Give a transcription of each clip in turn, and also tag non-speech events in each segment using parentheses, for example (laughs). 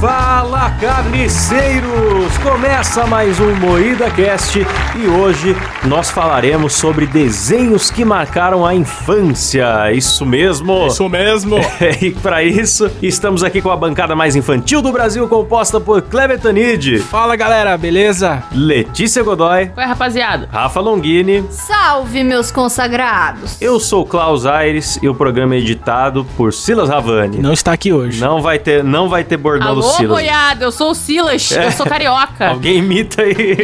Fala carniceiros! Começa mais um Moída Cast e hoje nós falaremos sobre desenhos que marcaram a infância. Isso mesmo! Isso mesmo! (laughs) e para isso, estamos aqui com a bancada mais infantil do Brasil, composta por Kleber Tanid, Fala galera, beleza? Letícia Godoy, Ué, rapaziada, Rafa Longini, Salve, meus consagrados! eu sou Klaus Aires e o programa é editado por Silas Ravani. Não está aqui hoje. Não vai ter, não vai ter bordão do alô, Silas. boiada, eu sou o Silas, eu (laughs) sou carioca. Alguém imita aí.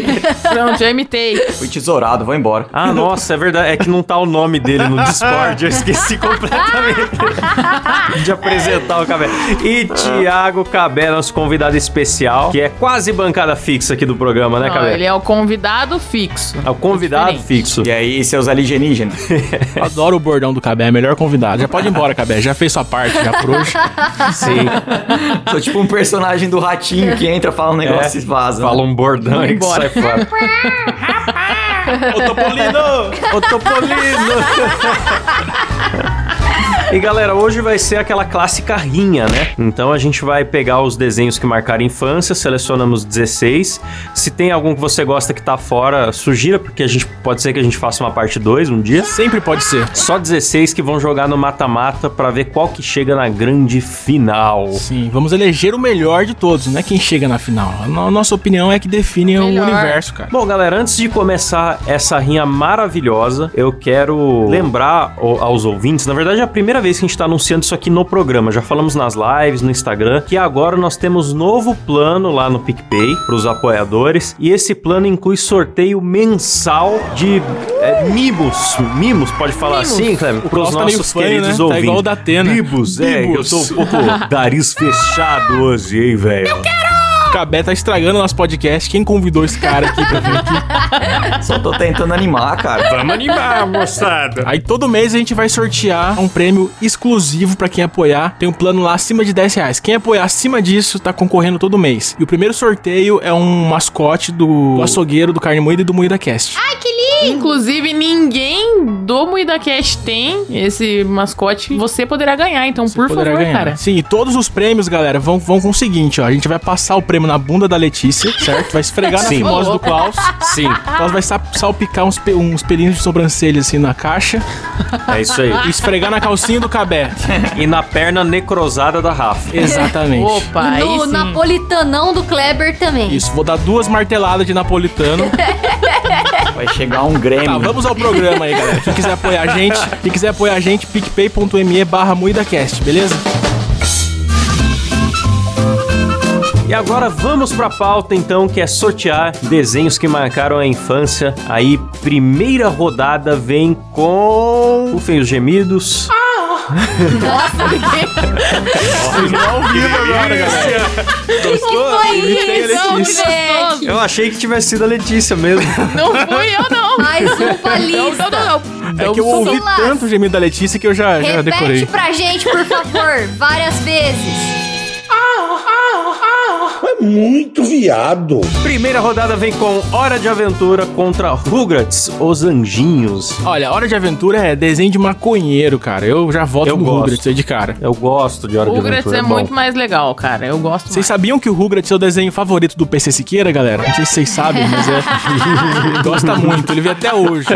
Pronto, já imitei. Fui tesourado, vou embora. Ah, nossa, é verdade. É que não tá o nome dele no Discord. Eu esqueci completamente (laughs) de apresentar o Cabé. E Thiago Cabé, nosso convidado especial, que é quase bancada fixa aqui do programa, né, Não, Cabé? ele é o convidado fixo. É o convidado Diferente. fixo. E aí, é seus alienígenas? Adoro o bordão do Cabé, é melhor convidado. Já pode ir embora, Cabé, já fez sua parte, já por hoje. Sim. Sou tipo um personagem do ratinho que entra, fala um negócio e vaza. Fala um bordão aí que sai embora. fora. Ô Topolino! Ô Topolino! E galera, hoje vai ser aquela clássica rinha, né? Então a gente vai pegar os desenhos que marcaram a infância, selecionamos 16. Se tem algum que você gosta que tá fora, sugira, porque a gente pode ser que a gente faça uma parte 2 um dia. Sempre pode ser. Só 16 que vão jogar no mata-mata pra ver qual que chega na grande final. Sim, vamos eleger o melhor de todos, não é quem chega na final. A no- nossa opinião é que define o Melhor. universo, cara. Bom, galera, antes de começar essa rinha maravilhosa, eu quero lembrar o- aos ouvintes, na verdade é a primeira vez que a gente tá anunciando isso aqui no programa, já falamos nas lives, no Instagram, que agora nós temos novo plano lá no PicPay pros apoiadores, e esse plano inclui sorteio mensal de é, mimos, mimos, pode falar Mimos. assim, Cleber? Pros Klaus tá meio nossos fanho, queridos né? Tá ouvintes. igual o da Atena. Mimos, é, eu Mimos. tô um (laughs) pouco nariz fechado hoje, hein, velho? O Cabé tá estragando nosso podcast. Quem convidou esse cara aqui pra vir aqui? Só tô tentando animar, cara. Vamos animar, moçada! Aí todo mês a gente vai sortear um prêmio exclusivo pra quem apoiar. Tem um plano lá acima de 10 reais. Quem apoiar acima disso tá concorrendo todo mês. E o primeiro sorteio é um mascote do, do açougueiro, do Carne Moída e do Moída Cast. Ah, Inclusive, ninguém do Moída Cash tem esse mascote. Você poderá ganhar, então, por favor, poderá ganhar. cara. Sim, e todos os prêmios, galera, vão, vão com o seguinte, ó. A gente vai passar o prêmio na bunda da Letícia, certo? Vai esfregar na Sim. fimose do Klaus. Sim, O Klaus vai sa- salpicar uns, pe- uns pelinhos de sobrancelha, assim, na caixa. é isso aí. E esfregar na calcinha do (laughs) Cabé. e na perna necrosada da Rafa. Exatamente. Opa, E aí no sim. napolitanão do Kleber também. Isso, vou dar duas marteladas de napolitano. Vai chegar um Tá, Grêmio. vamos ao programa aí, galera. Quem quiser apoiar a gente, quem quiser apoiar a gente, picpay.me barra MuidaCast, beleza? E agora vamos pra pauta então, que é sortear desenhos que marcaram a infância. Aí, primeira rodada vem com. Rufem os gemidos. Ao vivo agora, galera. Gostou? Foi Imitei a isso, Letícia. moleque! Eu achei que tivesse sido a Letícia (laughs) mesmo. Não fui eu, não. Mais um (laughs) pra Não, não, (laughs) lista. não, não. É Não que eu sou ouvi Silas. tanto o gemido da Letícia que eu já, já Repete decorei. pra gente, por favor, várias vezes. Primeira rodada vem com Hora de Aventura contra Rugrats, Os Anjinhos. Olha, Hora de Aventura é desenho de maconheiro, cara. Eu já voto Eu no gosto. Rugrats aí de cara. Eu gosto de Hora O de Rugrats Aventura. é bom. muito mais legal, cara. Eu gosto Vocês mais. sabiam que o Rugrats é o desenho favorito do PC Siqueira, galera? Não sei se vocês sabem, mas é. (laughs) Ele gosta muito, ele vê até hoje.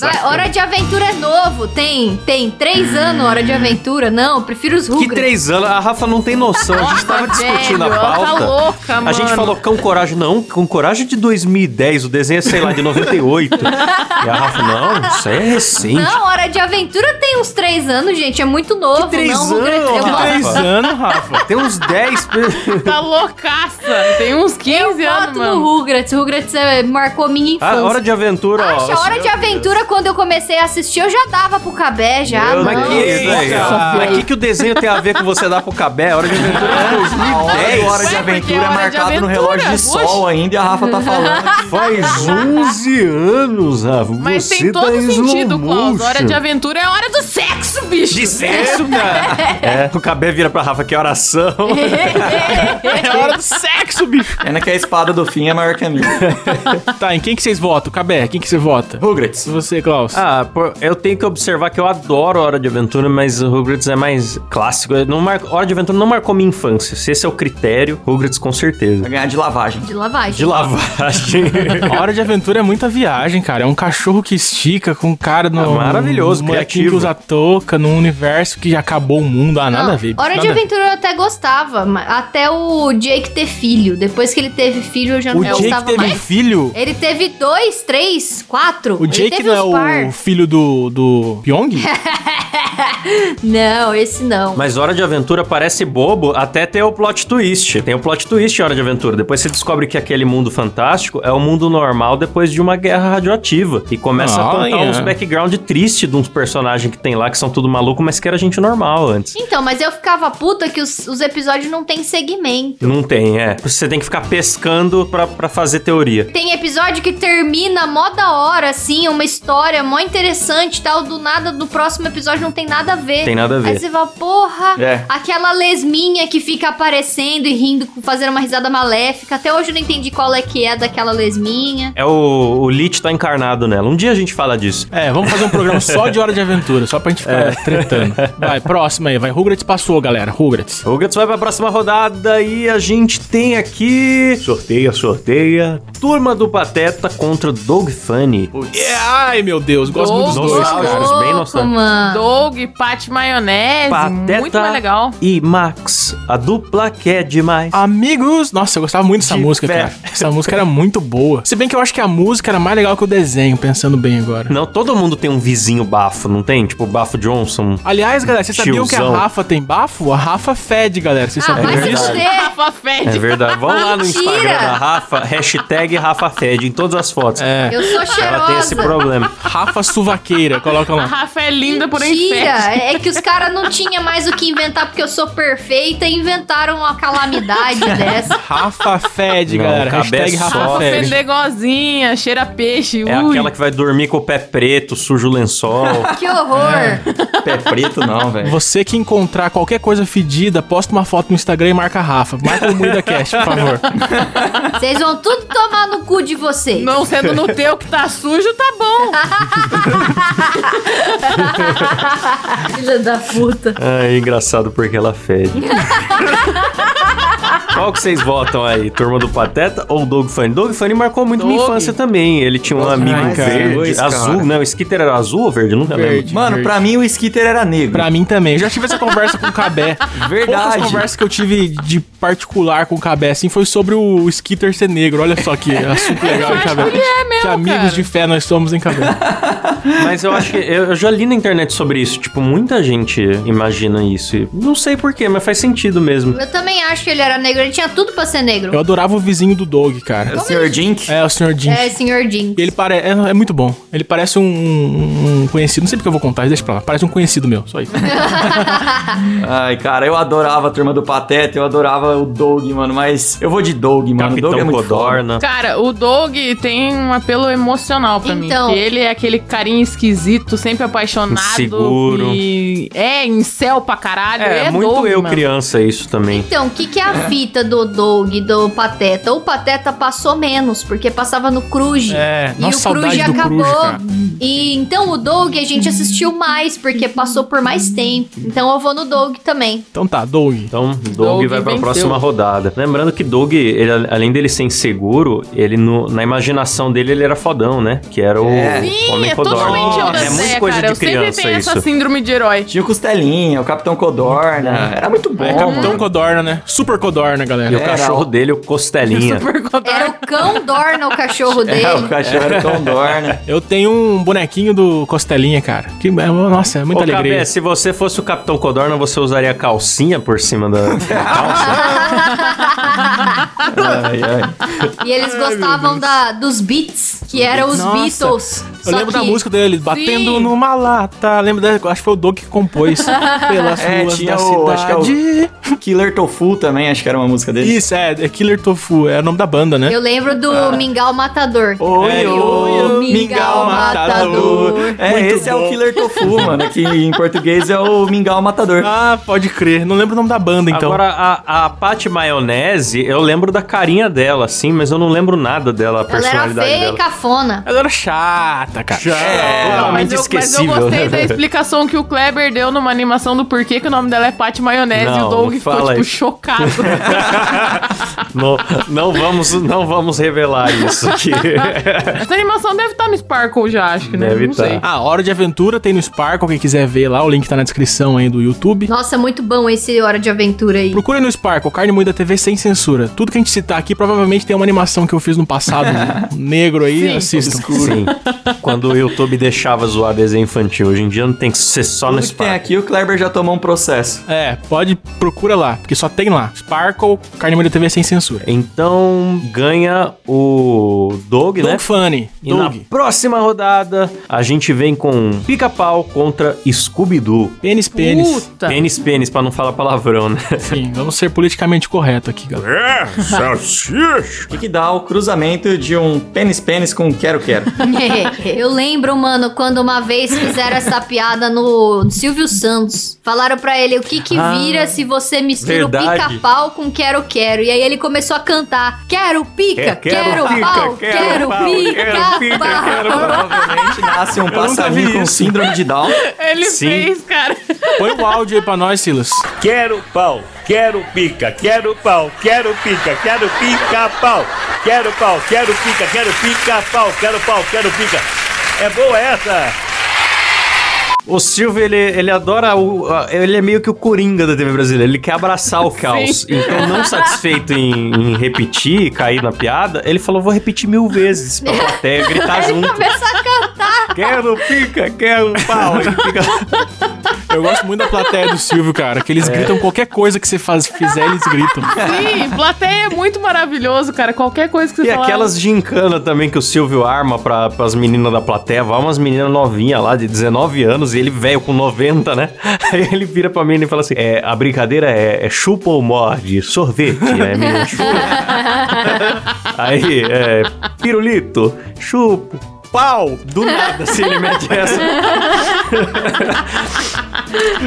Vai, Hora de Aventura é novo. Tem, tem três anos Hora de Aventura. Não, prefiro os Que Rugrats. três anos? A Rafa não tem noção. A gente tava Nossa, discutindo a velho, ela pauta. tá louca, A mano. gente falou Cão Coragem, não. Cão Coragem de 2010. O desenho é, sei lá, de 98. e a Rafa, não, isso aí é recente. Não, Hora de Aventura tem uns três anos, gente. É muito novo. três não, Rugrats- anos, Eu Rafa? voto- Três anos, Rafa. Tem uns 10. pe- Tá loucaça. Tem uns 15 Eu anos, voto no mano. Rugrats. Rugrats é, marcou minha infância. Ah, hora de aventura, ó. Acha, Hora de Aventura, quando eu comecei a assistir, eu já dava pro Cabé, já. Meu mano. Mas que isso né? aí, ó. Nossa, Mas velho. que, que o desenho tem a ver com você dar pro cabé? Hora de aventura é A hora, 2010. do hora de Ué, porque aventura é é Hora de marcado no Aventura, relógio de oxe. sol ainda e a Rafa tá falando. Faz 11 anos, Rafa. Mas você tem todo tá em slow sentido, Klaus. Hora de motion. aventura é hora do sexo, bicho. De sexo, (laughs) cara. É, o cabé vira pra Rafa, que oração. É hora do sexo, bicho. Pena que a espada do fim é maior que a minha. Tá, em quem que vocês votam? Cabé, quem que você vota? Rugrats. Você, Klaus. Ah, pô, eu tenho que observar que eu adoro Hora de Aventura, mas o Rugrats é mais clássico. Eu Não mar... Hora de Aventura não marcou minha infância. Se esse é o aéreo. Rugrats com certeza. Vai ganhar de lavagem. De lavagem. De lavagem. (laughs) A Hora de Aventura é muita viagem, cara. É um cachorro que estica com um cara no. É maravilhoso, um molequinho criativo. que usa touca num universo que já acabou o mundo. Ah, nada Não, a ver. bicho, Hora de nada a ver. Aventura eu até gostava, mas até o Jake ter filho. Depois que ele teve filho, eu já não O Jake gostava teve um mais. filho? É, Ele teve dois, três, quatro. O Jake ele teve não é uns par. (laughs) o filho do, do Pyong? Não, esse (laughs) não. Mas Hora de Aventura parece bobo até ter o plot twist. Tem o plot twist em Hora de Aventura. Depois você descobre que aquele mundo fantástico é o mundo normal depois de uma guerra radioativa. E começa a Olha. contar uns background triste de uns personagens que tem lá que são tudo maluco, mas que era gente normal antes. Então, mas eu ficava puta que os, os episódios não tem segmento. Não tem, é. Você tem que ficar pescando pra, pra fazer teoria. Tem episódio que termina mó da hora, assim, uma história mó interessante e tal. Do nada, do próximo episódio não tem nada a ver. Tem nada a Aí ver. você fala, porra, É. aquela lesminha que fica aparecendo e rindo, fazendo uma risada maléfica. Até hoje eu não entendi qual é que é daquela lesminha. É o, o Lich tá encarnado nela. Um dia a gente fala disso. É, vamos fazer um programa só de Hora de Aventura, só pra gente É. ficar tretando. Vai, próxima aí, vai. Rugrats passou, galera. Rugrats. O Guts vai pra próxima rodada e a gente tem aqui. Sorteia, sorteia. Turma do Pateta contra Dog Funny. É, ai, meu Deus, gosto muito dos Nossa. dois. Nossa, caras, bem nostálgico. mano. Ah. Doug, Pat Maionese. Pateta É Muito mais legal. e Max. A dupla que é demais. Amigos! Nossa, eu gostava muito dessa De música, pé. cara. Essa música era muito boa. Se bem que eu acho que a música era mais legal que o desenho, pensando bem agora. Não, todo mundo tem um vizinho bafo, não tem? Tipo, o Bafo Johnson. Aliás, galera, vocês sabiam que a Tiozão. Rafa tem bafo? A Rafa fede, galera. Vocês Ah, sabiam vai se verdade. disso? fuder. Rafa (laughs) Fed. É verdade. Vão lá no Mentira! Instagram da Rafa, hashtag Rafa Fed, em todas as fotos. É. Eu sou Ela tem esse cheirosa. problema. Rafa Suvaqueira, coloca A lá. Rafa é linda, porém Mentira, fede. é que os caras não tinham mais o que inventar porque eu sou perfeita e inventaram uma (laughs) calamidade dessa. Rafa fede, Não, galera. cabeça Hashtag Rafa só. Rafa fede. fedegosinha, cheira a peixe. É ui. aquela que vai dormir com o pé preto, sujo o lençol. Que É. horror. Pé preto não, velho. Você que encontrar qualquer coisa fedida, posta uma foto no Instagram e marca a Rafa. Marca o Muida Cast, por favor. Vocês vão tudo tomar no cu de vocês. Não sendo no teu que tá sujo, tá bom. (laughs) Filha da puta. Ah, é engraçado porque ela fede. (laughs) Qual que vocês votam aí? Turma do Pateta ou Doug Funny? Doug Funny marcou muito minha Doug. infância também. Ele tinha um Nossa, amigo mas verde, dois, cara. azul, né? O Skitter era azul ou verde? Eu Nunca lembro. Verde, (laughs) Mano, verde. pra mim o Skitter era negro. Pra mim também. Eu já tive essa conversa com o Cabé. Poucas Verdade. conversas que eu tive de particular com o Cabé, assim, foi sobre o Skitter ser negro. Olha só que assunto legal, hein, acho Cabé. que ele é mesmo, que amigos cara. de fé nós somos, hein, Cabé. Mas eu acho que. Eu, eu já li na internet sobre isso. Tipo, muita gente imagina isso. E não sei porquê, mas faz sentido mesmo. Eu também acho que ele era negro, ele tinha tudo pra ser negro. Eu adorava o vizinho do Doug, É o cara. Sr. Jink? É, o Sr. Jim. É, senhor Jim. E Ele parece. É, é muito bom. Ele parece um, um- um conhecido. Não sei porque eu vou contar, deixa pra lá. Parece um conhecido meu, só isso. Ai, cara, eu adorava a turma do Pateta, eu adorava o Doug, mano, mas eu vou de Doug, mano. Capitão Doug é muito foda. Codorna. Cara, o Doug tem um apelo emocional pra Então. mim. que Ele é aquele carinha esquisito, sempre apaixonado. Inseguro. E é em céu pra caralho. É, É, muito Doug, eu mano. criança isso também. Então, o que, que é a fita do Doug, do Pateta? O Pateta passou menos, porque passava no Cruz. É, e nossa, o Cruz saudade do acabou. Cruz, cara. e então o Doug a gente assistiu mais, porque passou por mais tempo. Então eu vou no Doug também. Então tá, Doug. Então, Doug, Doug vai pra venceu. próxima rodada. Lembrando que Doug, ele, além dele ser inseguro, ele no- na imaginação dele ele era fodão, né? Que era o É. Sim, homem é codorna. totalmente eu da é muito Zé, coisa cara. de eu sempre criança tenho isso. essa síndrome de herói. Tinha o Costelinha, o Capitão Codorna, era muito bom. É Capitão mano. Codorna, né? Super Codorna, E galera. o Era cachorro o- dele, o (laughs) Costelinha. Super Era Codorna. o cão Dorna, o cachorro dele. É, o cachorro era o Codorna. Eu tenho um bonequinho do Costelinha, cara. Que, é- nossa, é muita Ô, alegria. Cabé, se você fosse o Capitão Codorna, você usaria calcinha por cima (laughs) da calça? (laughs) Ai, ai. E eles gostavam da, dos beats, que eram os Nossa. Beatles. Eu lembro da música dele, batendo Sim. numa lata. Lembro da. Acho que foi o Doug que compôs. Pelas É, ruas tinha da o- acho que é o- cidade. Killer Tofu também, acho que era uma música dele. Isso, é, é Killer Tofu, é o nome da banda, né? Eu lembro do Ah. Mingau Matador. Oi, É, ô, Mingau Matador. É, Muito esse é bom. o Killer (laughs) Tofu, mano, que em português é o Mingau Matador. Ah, pode crer. Não lembro o nome da banda, então. Agora, a, a Pate Maionese, eu lembro da carinha dela, assim, mas eu não lembro nada dela, a Ela era personalidade feia e dela. cafona. Ela era chata, cara. Já É, é, mas, totalmente eu, mas eu esquecível. gostei né, (laughs) da velho? explicação que o Kleber deu numa animação do porquê que o nome dela é Pat Maionese e Não, o Doug não ficou, fala tipo, isso. (laughs) chocado. não, não vamos, não vamos revelar isso aqui. Essa animação deve estar no Sparkle já, acho que, né? (laughs) Deve (laughs) não tá. sei. Ah, Hora de Aventura tem no Sparkle, quem quiser ver lá, o link tá na descrição aí do YouTube. Nossa, muito bom esse Hora de (laughs) Aventura aí. (laughs) Procure no Sparkle, Carne Moída TV sem censura. Tudo que a gente citar aqui provavelmente tem uma animação que eu fiz no passado, um negro aí, Sim. Tá assistam. Sim. Quando o YouTube deixava zoar desenho infantil, hoje em dia não tem que ser só Tudo no é que tem Spark. aqui, o Kleber já tomou um processo. É, pode, procura lá, porque só tem lá. Sparkle, Carne Moída TV sem censura. Então ganha o Doug, né? Doug Funny, E na Doug. próxima rodada, a gente vem com Pica-Pau contra Scooby-Doo. Pênis, pênis. Puta. Pênis, pênis, pra não falar palavrão, né? Enfim, vamos ser politicamente correto aqui, galera. O que, que dá o cruzamento de um pênis-pênis com um quero-quero? Eu lembro, mano, quando uma vez fizeram essa piada no Silvio Santos. Falaram pra ele o que que vira se você mistura o Ah, verdade. pica-pau com quero-quero. E aí ele começou a cantar: Quero pica, É, quero, quero pica, quero pau, quero, pau, quero pica, quero pica-pau. pau. (laughs) Provavelmente nasce um passarinho vi com isso. síndrome de Down. Ele Sim. fez, cara. Põe o áudio aí pra nós, Silas. Quero pau, quero pica, quero pau, quero pica, quero pica pau, quero pau, quero pica, quero pica pau, quero pau, quero pica. É boa essa! O Silvio, ele, ele adora o. a- Ele é meio que o coringa da TV brasileira. Ele quer abraçar o caos. Então, não satisfeito em, em repetir e cair na piada, ele falou: vou repetir mil vezes pra plateia gritar junto. Começou a cantar. Quero pica, quero pau. Ele fica... Eu gosto muito da plateia do Silvio, cara, que eles gritam qualquer coisa que você faz, fizer, eles gritam. Sim, plateia é muito maravilhoso, cara. Qualquer coisa que você E falar- aquelas gincana também que o Silvio arma pra, pras meninas da plateia. Vai umas meninas novinhas lá, de 19 anos, e ele velho com 90, né? (laughs) Aí ele vira pra menina e fala assim: é, a brincadeira é, é chupa ou morde, sorvete, né, (laughs) menina? Chupa. Aí, é, pirulito, chupa. Pau! Do nada, se ele mete essa. (laughs)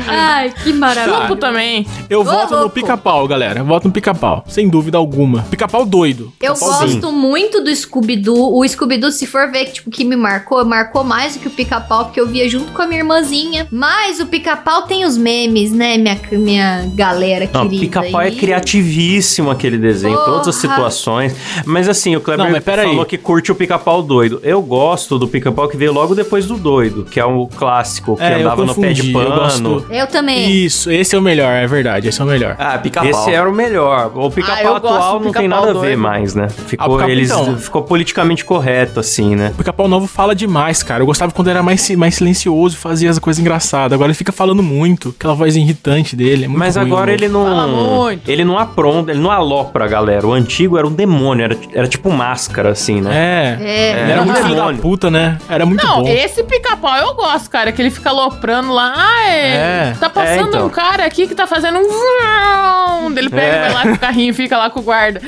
Ai, que Chupo maravilha. também. Eu Ô, voto no louco. pica-pau, galera. Eu voto no pica-pau. Sem dúvida alguma. Pica-pau doido. Eu Pauzinho. gosto muito do Scooby-Doo. O Scooby-Doo, se for ver, tipo, que me marcou, marcou mais do que o Pica-Pau, porque eu via junto com a minha irmãzinha. Mas o Pica-Pau tem os memes, né, minha, minha galera Não, querida. pica-pau é E- criativíssimo aquele desenho, Porra. todas as situações. Mas assim, o Kleber Não, mas pera aí. falou que curte o pica-pau doido. Eu gosto do pica-pau que veio logo depois do doido, que é o clássico que É, eu andava no pé de confundi, eu pano. gosto. Eu também. Isso, esse é o melhor, é verdade, esse é o melhor. Ah, pica-pau. Esse era o melhor. O Ah, eu pica-pau gosto atual do não tem pica-pau nada a ver doido. mais, né? Ficou, pica- eles, então. ficou politicamente correto, assim, né? O pica-pau novo fala demais, cara. Eu gostava quando era mais, si- mais silencioso e fazia as coisas engraçadas. Agora ele fica falando muito, aquela voz irritante dele. é muito Mas ruim, agora né? ele Fala não. muito. Ele não apronta, ele não alopra a galera. O antigo era um demônio, era, era tipo máscara, assim, né? É. É. Ele era É. muito filho da Demônio. puta, né? Era muito Não, bom. esse pica-pau eu gosto, cara, que ele fica loprando lá. Ah, é. É, tá passando é, então. um cara aqui que tá fazendo um. vrão. Ele pega e É. vai lá com o carrinho e fica lá com o guarda.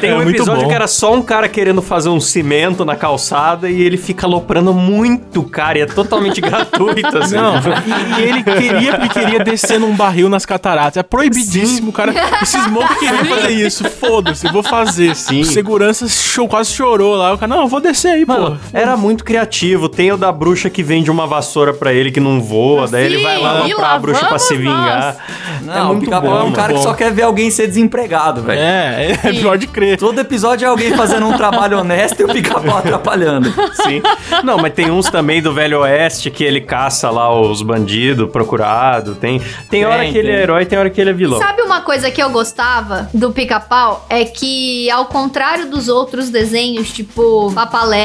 Tem É um muito episódio bom. que era só um cara querendo fazer um cimento na calçada e ele fica aloprando muito, cara, e é totalmente (laughs) gratuito, assim. Não, e, e ele queria porque queria descer num barril nas cataratas. É proibidíssimo, o cara. Esse Smoke queria fazer isso. Foda-se, eu vou fazer. Sim. O segurança cho- quase chorou lá. O cara, não, eu vou descer aí, Mano, pô. era muito criativo. Tem o da bruxa que vende uma vassoura pra ele que não voa, daí ele Sim, vai lá e pra lá a bruxa pra vamos se nós. vingar. Não, o pica-pau é um mano. cara que só quer ver alguém ser desempregado, velho. É, é pior de (laughs) crer. Todo episódio é alguém fazendo um trabalho honesto e o pica-pau atrapalhando. Sim. Não, mas tem uns também do Velho Oeste que ele caça lá os bandidos, procurado. Tem, tem hora que ele é tem. herói, tem hora que ele é vilão. (laughs) Sabe uma coisa que eu gostava do pica-pau? É que, ao contrário dos outros desenhos, tipo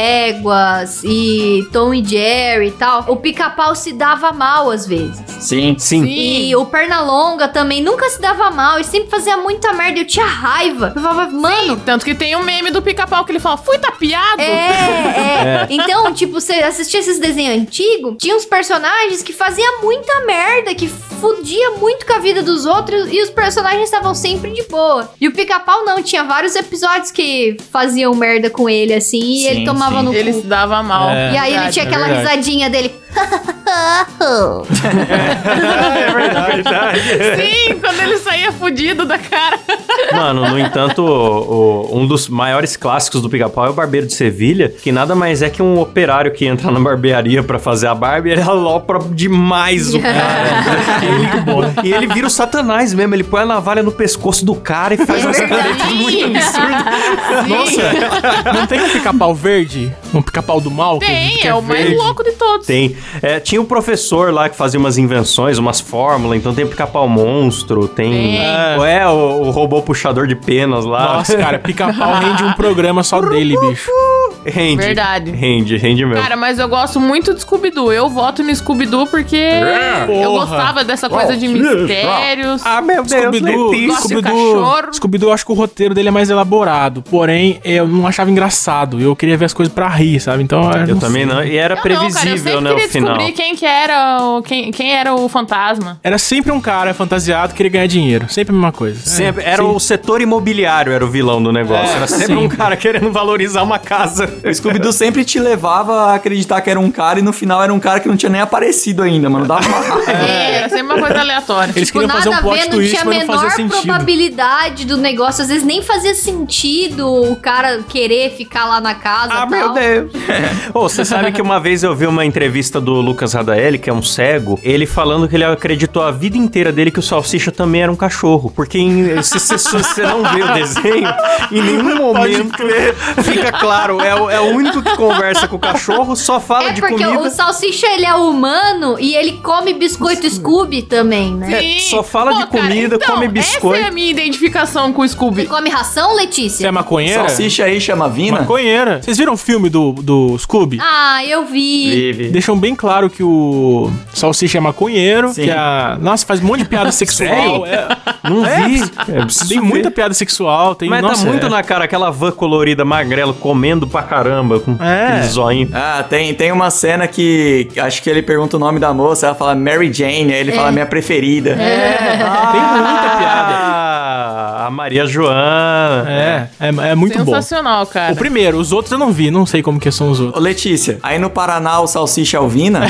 Papaléguas e Tom e Jerry e tal, o pica-pau se dava mal às vezes. Sim. Sim. (laughs) Sim. E o Pernalonga também nunca se dava mal e sempre fazia muita merda. Eu tinha raiva. Eu falava, mano. Tanto que tem um meme do pica-pau que ele fala: fui tapeado. É, é. Então, tipo, você assistia esses desenhos antigos, tinha uns personagens que faziam muita merda, que fudia muito com a vida dos outros e os personagens estavam sempre de boa. E o pica-pau não, tinha vários episódios que faziam merda com ele, assim, e Sim, ele tomava sim. no Ele cu. se dava mal. É. E aí ele (laughs) tinha é aquela verdade. risadinha dele. É verdade. É (laughs) (laughs) Sim, quando ele saía fudido da cara. Mano, no entanto, o- o- um dos maiores clássicos do pica-pau é o Barbeiro de Sevilha, que nada mais é que um operário que entra na barbearia pra fazer a barba e ele alopra demais o É. cara. É E ele- e ele vira o satanás mesmo, ele põe a navalha no pescoço do cara e faz É umas verdade. caretas muito Sim. absurdas. Nossa, não tem um pica-pau verde? Um pica-pau do mal? que- Tem, que é o mais verde? louco de todos. Tem. É, tinha um professor lá que fazia umas invenções, umas fórmulas, então tem pica-pau monstro, tem. Tem. É, o, o robô puxador de penas lá. (laughs) Nossa, cara, pica-pau rende um programa só dele, bicho. Rende. Verdade. Rende, rende mesmo. Cara, mas eu gosto muito de Scooby-Doo. Eu voto no Scooby-Doo porque É. Porra. Ah, eu gostava dessa coisa de mistérios. Ah, meu Scooby-Doo, Letícia, Scooby-Doo, cachorro. Scooby-Doo, eu acho que o roteiro dele é mais elaborado. Porém, eu não achava engraçado. Eu queria ver as coisas pra rir, sabe? Então, Eu também não. E era Eu não, cara, eu previsível, sempre né, o queria final. descobrir quem que era o, quem, quem era o fantasma. Era sempre um cara fantasiado que queria ganhar dinheiro. Sempre a mesma coisa. Sempre, É, era sim. o setor imobiliário era o vilão do negócio. É, era sempre um cara querendo valorizar uma casa. O Scooby-Doo sempre te levava a acreditar que era um cara e no final era um cara que não tinha nem aparecido ainda, mano. Dava uma É. raiva. Era sempre uma coisa aleatória. Eles Tipo, queriam nada fazer um a ver, plot não tinha twist, a mas não menor fazia sentido. probabilidade do negócio. Às vezes nem fazia sentido o cara querer ficar lá na casa. Ah, e tal. Ah, Deus. (laughs) Ô, você sabe que uma vez eu vi uma entrevista do Lucas Radaeli, que é um cego, ele falando que ele acreditou a vida inteira dele que o Salsicha também era um cachorro. Porque em- se se- se você não vê o desenho, em nenhum momento fica claro. É, o- é o único que conversa com o cachorro, só fala É de porque comida. o salsicha ele é humano e ele come biscoito Scooby também, né? É, só fala de comida, então, come biscoito. Essa é a minha identificação com o Ele Scooby. come ração, Você é Letícia? maconheira? Salsicha aí chama Vina. Maconheira. Vocês viram o filme do, do Scooby? Ah, eu vi. Vive. Deixam bem claro que o Salsicha é maconheiro, Sim. que a... Nossa, faz um monte de piada sexual. é. Não É, vi. É, preciso Tem ver. muita piada sexual, tem... Mas nossa, tá muito é. na cara aquela van colorida, magrelo, comendo pra caramba, com É. aquele zoinho. Ah, tem, tem uma cena que acho que ele pergunta o nome da moça, ela fala Mary Jane, aí ele fala minha preferida. Tem muita piada. Ah, a Maria Joana. né? É, é, é muito bom. Sensacional, cara. O primeiro, os outros eu não vi, não sei como que são os Ô, outros. Letícia, aí no Paraná o Salsicha Alvina,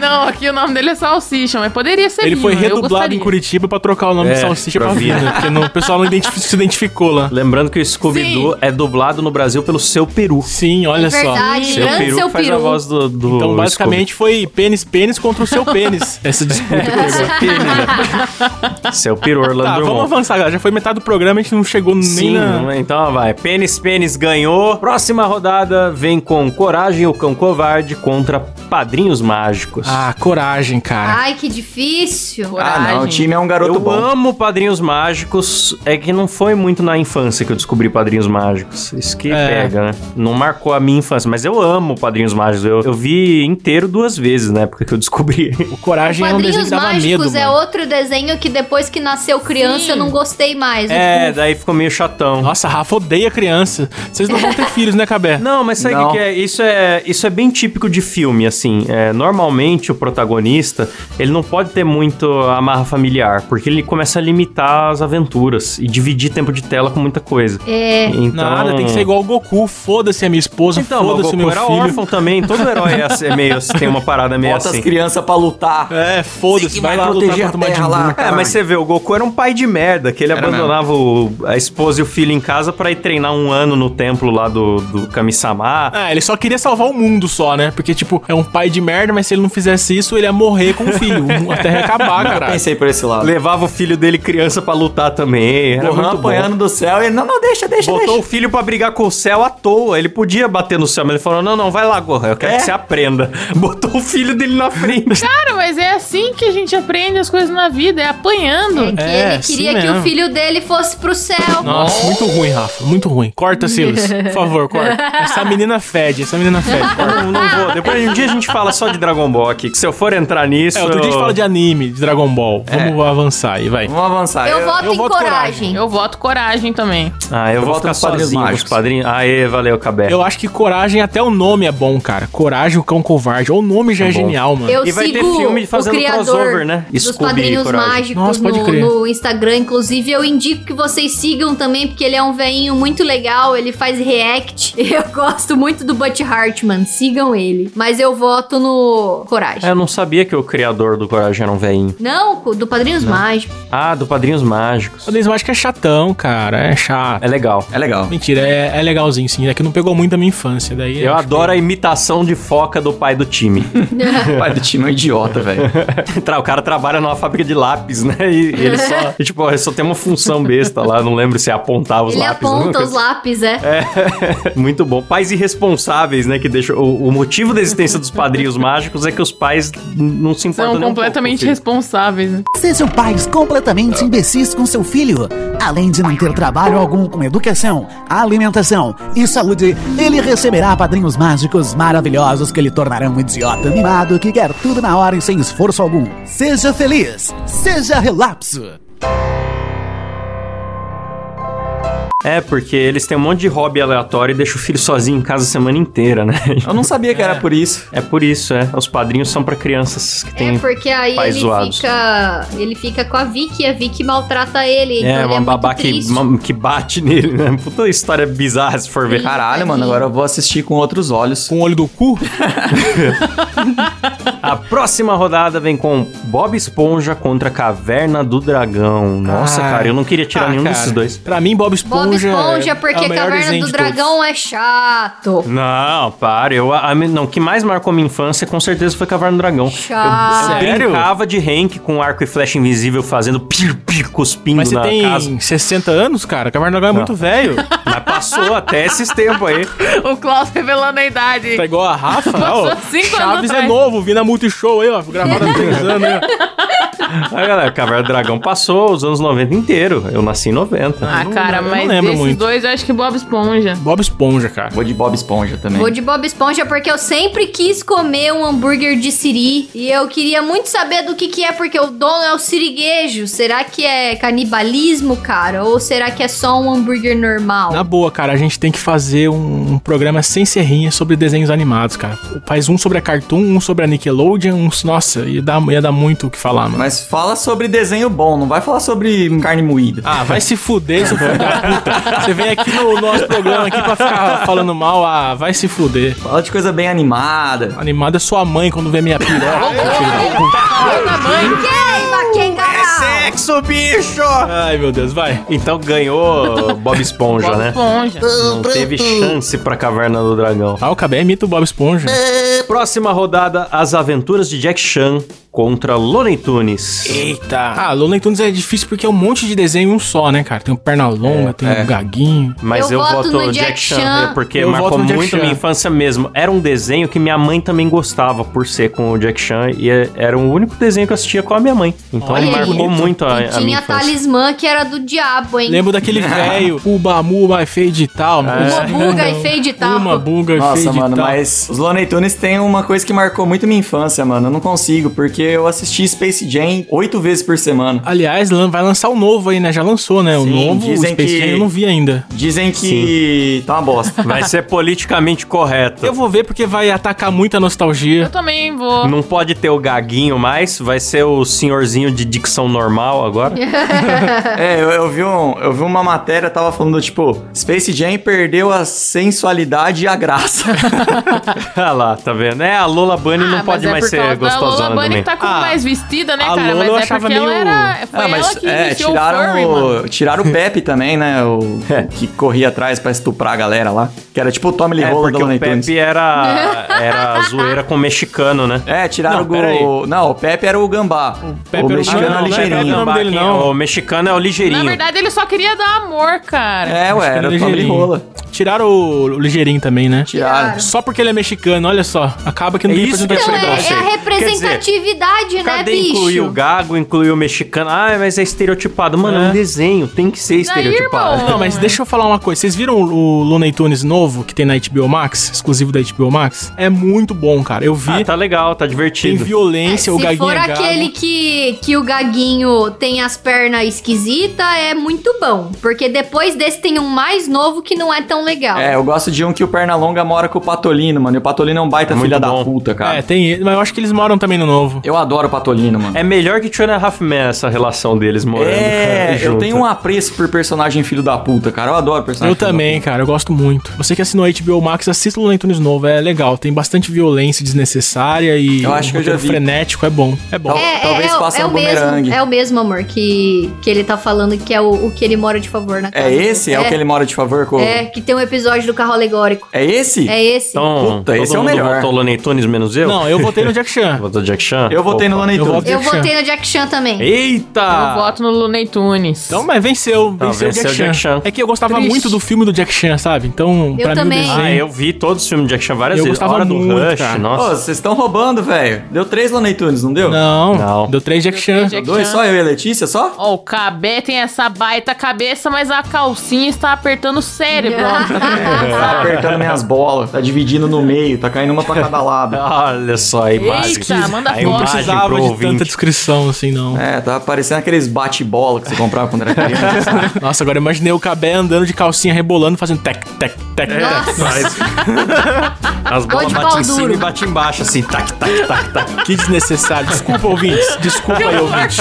Não, aqui o nome dele é Salsicha, mas poderia ser Ele Lima, foi eu redublado em gostaria. Curitiba pra trocar o nome É, de Salsicha pra pra Vina. Vina, porque não- o pessoal não identifi- se identificou lá. Lembrando que o Scooby-Doo Sim. é dublado no Brasil pelo Seu Peru. Sim, olha só. É Verdade, Seu grande Peru seu que faz a peru. voz do, do Então, (laughs) basicamente, foi pênis, pênis contra o seu pênis. Essa disputa. que pegou. Scooby. né? Seu Peru, Orlando Tá, vamos Drummond. avançar, galera. Já foi metade do programa, a gente não chegou nem Sim, na... então vai. Pênis, pênis ganhou. Próxima rodada vem com Coragem, o Cão Covarde contra Padrinhos Mágicos. Ah, coragem, cara. Ai, que difícil. ah não, o time é um garoto Eu bom. amo Padrinhos Mágicos. É que não foi muito na infância que eu descobri Padrinhos Mágicos. Isso que É. pega, né? Não marcou a minha infância, mas eu amo Padrinhos Mágicos. Eu, eu vi inteiro duas vezes na época que eu (laughs) descobri. O coragem é um desenho que Quadrinhos dava medo, Mágicos é mano. outro desenho que depois que nasceu criança Sim. eu não gostei mais. É, daí ficou meio chatão. Nossa, Rafa odeia criança. Vocês não vão (laughs) ter filhos, né, Cabé? Não, mas sabe o Não. que, que é? Isso, é? isso é bem típico de filme, assim. É, normalmente o protagonista, ele não pode ter muito amarra familiar, porque ele começa a limitar as aventuras e dividir tempo de tela com muita coisa. É. Então... Nada, tem que ser igual o Goku. Foda-se a minha esposa, Então, mas o Ah, Goku foda-se o meu era filho. órfão também, todo herói é assim, é meio, tem uma parada meio Bota as assim. crianças pra lutar. É, Sei foda-se, que vai vai lá lutar proteger a contra o Majin terra Buu. lá. É, mas você vê, o Goku era um pai de merda, que ele Era abandonava o- a esposa e o filho em casa pra ir treinar um ano no templo lá do, do Kami-sama. Ah, ele só queria salvar o mundo só, né? Porque, tipo, é um pai de merda, mas se ele não fizesse isso, ele ia morrer com o filho. O- A terra (laughs) ia acabar, Eu cara. pensei por esse lado. Levava o filho dele criança pra lutar também, era Gohan muito bom. apanhando do céu e ele, não, não, deixa, deixa, Botou o deixa. filho pra brigar com o céu à toa. Ele podia bater no céu, mas ele falou: Não, não, vai lá, Gohan, eu quero É? que você aprenda. (laughs) Botou o filho dele na (laughs) frente. Cara, mas é assim que a gente aprende as coisas na vida, é apanhando. É que É, ele queria sim que mesmo. o filho dele fosse pro céu. Nossa, muito ruim, Rafa. Muito ruim. Corta, Silas. Por favor, (laughs) corta. Essa menina fede, essa menina fede. Corta. não, não vou. Depois um dia a gente fala só de Dragon Ball aqui. Que se eu for entrar nisso. É, outro dia a gente fala de anime, de Dragon Ball. É. Vamos avançar aí, vai. Vamos avançar. Eu, voto eu em voto coragem. Eu voto coragem também. Ah, eu, Eu vou voto ficar nos Padrinhos sozinho com os Mágicos. padrinhos. Aê, valeu, Cabé. Eu acho que coragem, até o nome é bom, cara. Coragem, o cão covarde. O nome já é, bom. genial, mano. Eu E vai ter sigo filme fazendo o criador crossover, né? dos Scooby e Padrinhos Coragem. Mágicos Nossa, pode no, crer. no Instagram. Inclusive, eu indico que vocês sigam também, porque ele é um veinho muito legal, ele faz react. (laughs) Eu gosto muito do Butch Hartman, sigam ele. Mas eu voto no Coragem. É, eu não sabia que o criador do Coragem era um velhinho. Não, co- do Padrinhos Mágicos. Ah, do Padrinhos Mágicos. O Desmágico é chatão, cara. É chato. É legal. É legal. Mentira, é, é legalzinho sim. É que não pegou muito a minha infância. Daí é Eu acho que- adoro a imitação de foca do pai do time. (laughs) O (laughs) pai do time é um idiota, velho. Tra- o cara trabalha numa fábrica de lápis, né? E, e ele só, e, tipo, ele só tem uma função besta lá, não lembro se é apontar os ele lápis. aponta né? os lápis, é. É, muito bom. Pais irresponsáveis, né? Que deixam. O, o motivo da existência (laughs) dos padrinhos mágicos é que os pais n- não se importam. São nem um completamente pouco, responsáveis. né? Sejam pais completamente imbecis com seu filho. Além de não ter trabalho algum com educação, alimentação e saúde, ele receberá padrinhos mágicos maravilhosos que lhe tornarão um idiota mimado que quer tudo na hora e sem esforço algum. Seja feliz, seja relapso. filho. É, porque eles têm um monte de hobby aleatório e deixam o filho sozinho em casa a semana inteira, né? Eu não sabia que era por isso. É por isso, é. Os padrinhos são pra crianças que têm. É, porque aí pais ele zoados. fica. Ele fica com a Vicky e a Vicky maltrata ele. então É, ele uma é babá muito que, triste. uma- que bate nele, né? Puta história bizarra se for ver. Caralho, mano, agora eu vou assistir com outros olhos. Com o olho do cu? A próxima rodada vem com Bob Esponja contra Caverna do Dragão. Nossa, Ah. cara, eu não queria tirar Ah, nenhum cara. desses dois. Pra mim, Bob Esponja. Bob Esponja, é- porque é o melhor Caverna desenho do de todos. Dragão é chato. Não, para. Eu, a- a- não, o que mais marcou minha infância com certeza foi Caverna do Dragão. Chato. Eu Sério? brincava de Hank com arco e flecha invisível fazendo pir, pir, cuspindo Mas você na tem casa. 60 anos, cara? Caverna do Dragão é muito velho. (laughs) Mas passou até esses tempos aí. O Klaus revelando a idade. Tá igual a Rafa, (laughs) Passou ó. cinco anos Chaves é atrás. novo, vi na Multishow aí, ó. Gravado há (laughs) três anos, né? aí, ó. Aí, galera, Caverna do Dragão passou os anos 90 inteiro. Eu nasci em 90. Ah, não- cara, eu não mas lembro desses muito. dois eu acho que Bob Esponja. Bob Esponja, cara. Vou de Bob Esponja também. Vou de Bob Esponja porque eu sempre quis comer um hambúrguer de siri e eu queria muito saber do que que é porque o dono é o siriguejo. Será que é canibalismo, cara? Ou será que é só um hambúrguer normal? Na boa, cara, a gente tem que fazer um, um programa sem serrinha sobre desenhos animados, cara. Faz um sobre a Cartoon, um sobre a Nickelodeon, um... Nossa, ia dar, ia dar muito o que falar, mano. Mas fala sobre desenho bom, não vai falar sobre carne moída. Ah, vai se fuder, seu filho da puta. Você vem aqui no nosso programa aqui pra ficar falando mal, ah, vai se fuder. Fala de coisa bem animada. Animada é sua mãe quando vê minha piroca. seu filho da puta. uh, Queima, queima! Sexo, bicho! Ai, meu Deus, vai. Então ganhou Bob Esponja, Bob né? Esponja. Não teve chance pra Caverna do Dragão. Ah, o Cabé imita o Bob Esponja. Próxima rodada, As Aventuras de Jack Chan contra Looney Tunes. Eita. Ah, Looney Tunes é difícil porque é um monte de desenho em um só, né, cara? Tem o Pernalonga, tem o Gaguinho. Mas eu, Eu voto no Jack, Chan, né, porque Eu marcou voto no Jack muito Chan. minha infância mesmo. Era um desenho que minha mãe também gostava por ser com o Jack Chan e é- era o único desenho que eu assistia com a minha mãe. Então Olha ele aí. marcou muito a, E a minha tinha infância. talismã que era do diabo, hein? Lembro (laughs) daquele velho, o Bamu vai feio de tal. Uma buga e feio de tal. Uma buga e É. Nossa, feio de mano, então. tal. mas os Looney Tunes tem uma coisa que marcou muito minha infância, mano. Eu não consigo, porque eu assisti Space Jam oito vezes por semana. Aliás, lan- vai lançar o novo aí, né? Já lançou, né? O Sim, novo, o dizem Space que- Jam, eu não vi ainda. Dizem que tá uma bosta. Vai ser politicamente correto. Eu vou ver porque vai atacar muita nostalgia. Eu também vou. Não pode ter o gaguinho mais, vai ser o senhorzinho de dicção normal agora. (laughs) (laughs) É, eu, eu vi um, eu vi uma matéria, tava falando, tipo, Space Jam perdeu a sensualidade e a graça. Olha lá, tá vendo? É, a Lola Bunny Ah, não pode mas mais ser é por causa da Lola gostosona Bunny também. que tá com Ah, mais vestida, né, a cara? Lola eu Mas é achava porque ela meio- era. (laughs) Foi Ah, ela que é, iniciou o tiraram, furry, mano. o, tiraram o Pepe também, né? O que corria atrás pra estuprar a galera lá. Que era tipo o Tommy Lee É, Roller do porque Looney o Tunes. Pepe (laughs) era, era zoeira com o mexicano, né? É, tiraram Não, peraí. o... Não, o Pepe era o Gambá. O, Pepe era o- Ah, mexicano não, é o não, ligeirinho. Pepe é o nome dele, não. O mexicano é o ligeirinho. Na verdade, ele só queria dar amor, cara. É, ué, era o Tommy Lee Ligeirinho. Roller. Tiraram o ligeirinho também, né? Tiraram. Só porque ele é mexicano, olha só. Acaba que não É tem isso que eu Então, é, Não é sei. a Quer dizer, representatividade, né, Cadê bicho? incluir o gago, incluir o mexicano? Ah, mas é estereotipado. Mano, é um desenho, tem que ser Daí, estereotipado. irmão. Não, mas deixa eu falar uma coisa. Vocês viram o Looney Tunes novo que tem na HBO Max? Exclusivo da HBO Max? É muito bom, cara. Eu vi. Ah, tá legal, tá Tem divertido. violência, o Se Gaguinho for é gago. aquele que, que o gaguinho tem as pernas esquisitas, é muito bom. Porque depois desse tem um mais novo que não é tão legal. É, eu gosto de um que o Pernalonga mora com o Patolino, mano. E o Patolino é um baita Muito filha bom. da puta, cara. É, tem ele, mas eu acho que eles moram também no novo. Eu adoro o Patolino, mano. É melhor que Two and a Half Men essa relação deles morando. (laughs) É, cara, eu junto. tenho um apreço por personagem filho da puta, cara. Eu adoro personagem. Eu filho da também, cara, eu gosto muito. Você que assinou HBO Max, assista o Looney Tunes novo, é legal. Tem bastante violência desnecessária e Eu acho que eu já roteiro vi. frenético, é bom. É bom. Tal- talvez o- faça é um o mesmo, bumerangue. é o mesmo, amor, que, que ele tá falando que é o, o que ele mora de favor na casa. puta. É esse? É, o que ele mora de favor com. É, que tem um episódio do carro alegórico. É esse? É esse. Então, Puta, esse é o mundo melhor. votou Looney Tunes menos eu? Não, eu votei no Jack Chan. (laughs) Votou Jack Chan? Eu votei no Opa. Looney Eu Tunes. voto- eu Jack Chan. votei no Jack Chan também. Eita! Eu voto no Looney Tunes. Então, mas venceu, Tá, venceu, venceu o Jack, Jack Chan. Chan. É que eu gostava Triste. muito do filme do Jack Chan, sabe? Então, Eu pra também. mim o Ah, desenho... eu vi todos os filmes de Jack Chan várias Eu vezes. gostava Hora do muito, Rush, cara. Ô, nossa. vocês estão roubando, velho. Deu três Looney Tunes, Ah, não deu? Não, Não. deu três Jack Chan. Jack Dois Chan. só, eu e a Letícia só? Ó, o Cabé tem essa baita cabeça, mas a calcinha está apertando o cérebro. (laughs) (laughs) Tá apertando minhas bolas, tá dividindo no meio, tá caindo uma pra cada (laughs) lado. Olha só a imagem. Eita, manda a foto. Não Imagem precisava pro de ouvinte. tanta descrição assim, não. É, tá parecendo aqueles bate-bola que você comprava quando era criança. (laughs) Nossa, agora imaginei o Cabé andando de calcinha, rebolando, fazendo tec, tec, tec, É. tec. Nossa, As bolas de batem pau em cima duro. e batem embaixo, assim, tac, tac, tac, tac. Que desnecessário. Desculpa, ouvintes. Desculpa aí, ouvintes.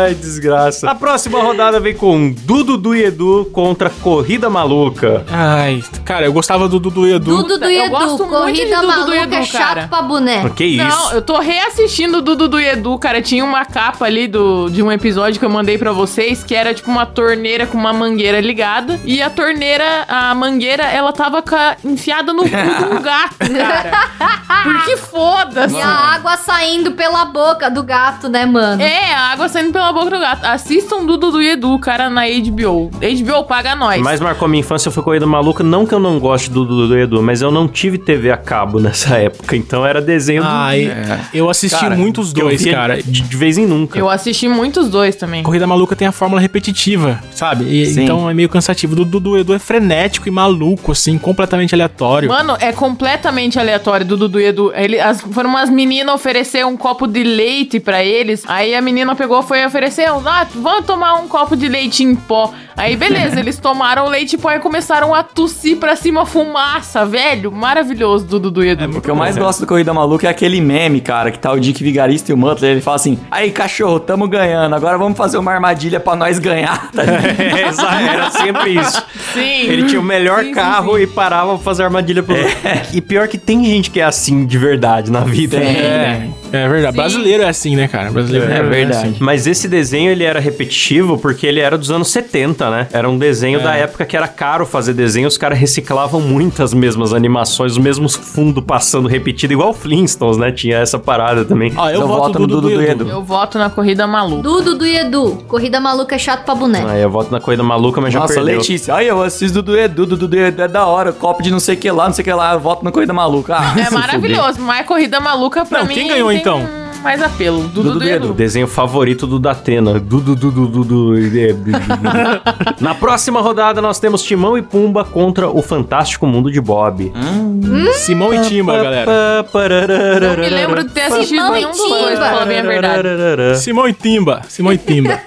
Ai, desgraça. A próxima rodada vem com Dudu do Edu contra Corrida Maluca. Ai, cara, eu gostava do Dudu e Edu. Dudu do Eu Edu, gosto muito de corrida Dudu do maluca, Edu, cara. chato pra boné. Que isso? Não, eu tô reassistindo o Dudu do Edu, cara. Tinha uma capa ali do, de um episódio que eu mandei pra vocês, que era tipo uma torneira com uma mangueira ligada. E a torneira, a mangueira, ela tava ca- enfiada no cu de um gato, cara. Porque foda-se. E a assim, água saindo pela boca do gato, né, mano? É, a água saindo pela boca do gato. Assistam Dudu do Edu, cara, na HBO. HBO paga nós. Mas marcou minha infância, foi Corrida Maluca. Não que eu não goste do Dudu do Edu, mas eu não tive TV a cabo nessa época, então era desenho do- Ai, É. eu assisti Cara, muito os que eu dois, via cara. De, de vez em nunca. Eu assisti muitos dois também. Corrida Maluca tem a fórmula repetitiva, sabe? E- Sim. então é meio cansativo. O Dudu do Edu é frenético e maluco, assim, completamente aleatório. Mano, é completamente aleatório do Dudu e Edu. Ele, as, foram umas meninas oferecer um copo de leite pra eles. Aí a menina pegou, foi oferecer, ah, vamos tomar um copo de leite em pó. (laughs) Aí beleza, eles tomaram leite em pó e começaram a tossir pra cima fumaça, velho. Maravilhoso do Dudu e Edu. É O que eu mais gosto do Corrida Maluca é aquele meme, cara, que tá o Dick Vigarista e o Mutler. Ele fala assim: Aí, cachorro, tamo ganhando. Agora vamos fazer uma armadilha pra nós ganhar. (laughs) Tá ligado? (laughs) É, exa- era sempre isso. Sim. Ele tinha o melhor Sim, sim, carro e parava pra fazer armadilha pro (laughs) E pior que tem gente que é assim de verdade na vida. Tem. né? É, é verdade. Sim. Brasileiro é assim, né, cara? Brasileiro É verdade. assim. Mas esse desenho ele era repetitivo porque ele era dos anos 70, né? Era um desenho da época que era caro fazer desenho, os caras reciclavam muitas mesmas animações, os mesmos fundos passando repetido, igual Flintstones, né? Tinha essa parada também. Ó, Ah, eu Eu voto, voto no no Dudu Dudu do e Edu. Edu. Eu voto na corrida maluca. Dudu do Edu, corrida maluca, é chato pra boné. Aí Ah, eu volto na corrida maluca, mas Nossa, já perdeu. Letícia. Aí eu assisto do Edu, do Dudu Edu é da hora. Copo de não sei o que lá, não sei o que lá. Eu voto no Corrida Maluca. (laughs) Ah, (laughs) É se maravilhoso, mas corrida maluca pra Não, mim. quem ganhou, tem então? um Mais apelo. Dudu Dudu do Edu. Desenho favorito do Datena. (laughs) Dudu, Dudu, Dudu. é, Dudu. Na próxima rodada, nós temos Timão e Pumba contra o Fantástico Mundo de Bob. Simão e Timba, galera. Não me lembro de ter assistido Simão e nenhum dos dois, Timba. pra falar bem a verdade. Simão e Timba. Simão e Timba.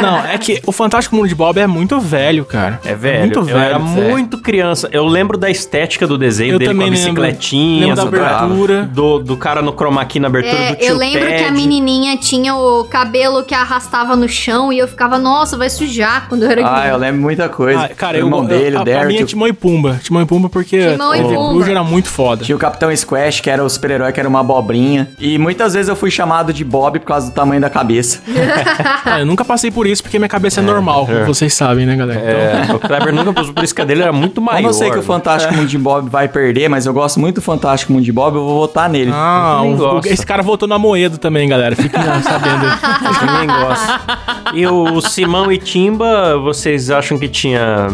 Não, é que o Fantástico Mundo de Bob é muito velho, cara. É velho. muito eu velho. era É. muito criança. Eu lembro da estética do desenho Eu dele com a também lembro. bicicletinha, Lembro da do cara- abertura. Do, do cara no chroma key na abertura do É, tio eu lembro que a Ted. menininha tinha o cabelo que arrastava no chão e eu ficava, nossa, vai sujar quando eu era Ah, criança. eu lembro muita coisa. Ah, cara, o eu, irmão eu, dele, a, o a minha é Derek. Timão e Pumba. Timão e Pumba porque Timão e o Pumba. Cruz era muito (laughs) foda. Tinha o Capitão Squash, que era o super-herói, que era uma abobrinha. E muitas vezes eu fui chamado de Bob por causa do tamanho (laughs) da cabeça. Ah, eu nunca passei por isso porque minha cabeça é, normal, como vocês sabem, né, galera? Então, É, o Kleber nunca passou por isso, que a dele era muito maior. né? Como eu sei que o Fantástico Mundo de Bob vai perder, mas eu gosto muito do Fantástico Mundo de Bob, eu vou votar nele. Ah, Ninguém o- gosta. esse cara votou na Moedo também, galera. Fiquem sabendo. (laughs) Ninguém gosta. E o Simão e Timba, vocês acham que tinha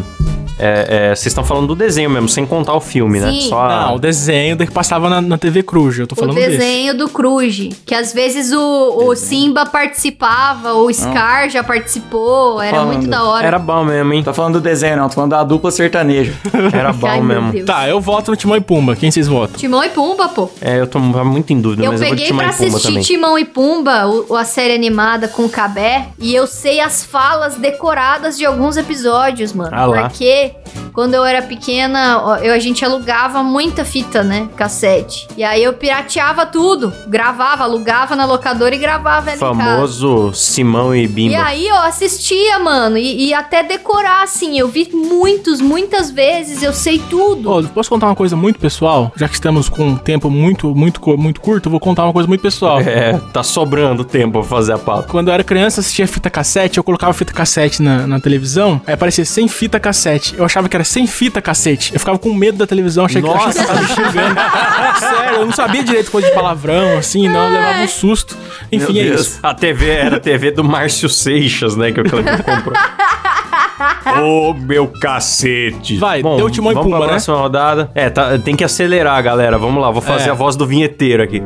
É, é, Vocês estão falando do desenho mesmo, sem contar o filme, né? Sim. Só a- Não, o desenho que passava na, na TV Cruz, eu tô O falando desse. desenho do Cruz, que às vezes o, o Simba participava, o Scar já participou, era falando. muito da hora. Era bom mesmo, (laughs) hein? Tô falando do desenho, não. Tô falando da dupla sertaneja. Era bom Ai, meu mesmo. Deus. Tá, eu voto no Timão e Pumba. Quem vocês votam? Timão e Pumba, pô. É, eu tô muito em dúvida, Eu mas eu vou te peguei chamar pra em Pumba assistir também. Timão e Pumba, o- a série animada com o Cabé, e eu sei as falas decoradas de alguns episódios, mano. Ah lá. Porque quando eu era pequena, ó, eu, a gente alugava muita fita, né? Cassete. E aí eu pirateava tudo. Gravava, alugava na locadora e gravava ali em casa. Famoso Simão e Bimba. né, E aí eu assistia, mano, e, e até decorar, assim, eu vi muitos, muitas vezes, eu sei tudo. Ô, posso contar uma coisa muito pessoal? Já que estamos com um tempo muito, muito, cu- muito curto, eu vou contar uma coisa (laughs) muito pessoal. É, tá sobrando tempo pra fazer a pauta. Quando eu era criança, assistia fita cassete, eu colocava fita cassete na, na televisão, aí aparecia sem fita cassete. Eu achava que era sem fita cassete. Eu ficava com medo da televisão, achei que achava Nossa. que tava me xingando. (laughs) Sério, eu não sabia direito coisa de palavrão, assim, não, eu levava um susto. Enfim, Meu é Deus. isso. A TV era a TV do Márcio Seixas, né? Que o Cleber comprou. (laughs) Ô, meu cacete. Vai, deu Timão e vamos Pumba, pra né? próxima rodada. É, tá- tem que acelerar, galera. Vamos lá, vou fazer É. a voz do vinheteiro aqui.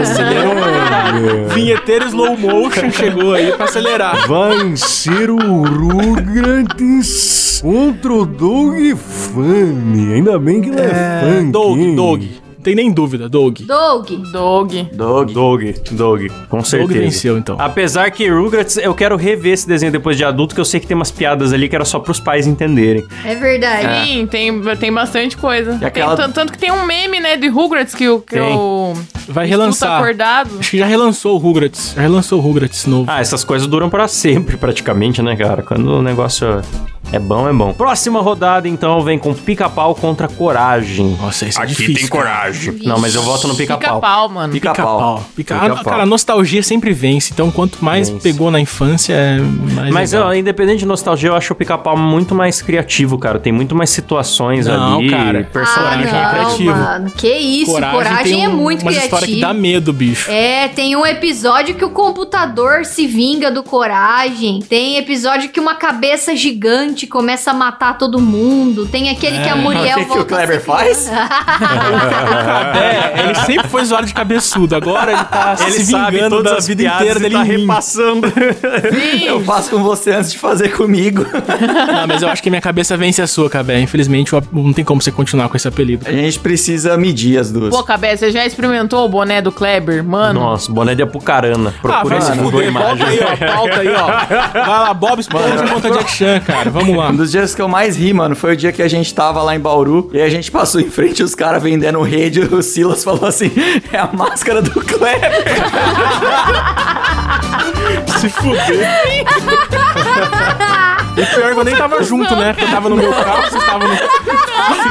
Acelerou. é um Vinheteiro slow motion chegou aí pra acelerar. Vai ser o Rugrats contra o Doug Funny. Ainda bem que não é, funk. Doug, Doug. Não tem nem dúvida, Doug. Doug, Dog. Doug. Doug, Doug, com certeza. venceu, então. Ah, Apesar que Rugrats, eu quero rever esse desenho depois de adulto, que eu sei que tem umas piadas ali que era só pros pais entenderem. é verdade. Sim, tem, tem bastante coisa. E aquela- Tem tan- tanto que tem um meme, né, de Rugrats que o. Que Tem. o Vai Stu relançar. Tá acordado. Acho que já relançou o Rugrats. Já relançou o Rugrats novo. Ah, essas coisas duram pra sempre, praticamente, né, cara? Quando o negócio é bom, é bom. Próxima rodada, então, vem com pica-pau contra coragem. Nossa, esse é difícil. cara. coragem. Não, mas eu voto no pica-pau. Pica-pau, mano. Pica-pau. (laughs) Pica-pau. Pica Pica-pau. ah, cara, a nostalgia sempre vence. Então, quanto mais Vence. pegou na infância, é mais. Mas, legal. ó, independente de nostalgia, eu acho o pica-pau muito mais criativo, cara. Tem muito mais situações Não, ali, cara. personagem Ah, criativo. criativo. mano. Que isso, coragem, tem é um- muito umas história que dá criativo. medo, bicho. É, tem um episódio que o computador se vinga do coragem. Tem episódio que uma cabeça gigante começa a matar todo mundo. Tem aquele que a O Muriel que, que o volta a Kleber ser né? faz? É, ele sempre foi zoado de cabeçudo. Agora ele tá se (laughs) Ele sabe vingando todas da as vida piadas inteira e dele tá em mim. repassando. Eu faço com você antes de fazer comigo. Não, mas eu acho que minha cabeça vence a sua, Cabé. Infelizmente, eu- não tem como você continuar com esse apelido. É, A gente precisa medir as duas. Pô, Cabé, você já experimentou o boné do Kleber? Mano, Nossa, boné de Apucarana. Procura Ah, vai esse se Google fuder, Imagens. volta aí, ó. Pauta aí, ó. Vai lá, Bob (laughs) Esponja contra Jack Chan, cara. Vamos lá. Um dos dias que eu mais ri, mano, foi o dia que a gente tava lá em Bauru e a gente passou em frente os caras vendendo rede. O Silas falou assim: é a máscara do Kleber. (laughs) Se fuder. E pior que eu nem tava junto, né? Porque eu tava no meu carro, vocês estavam no.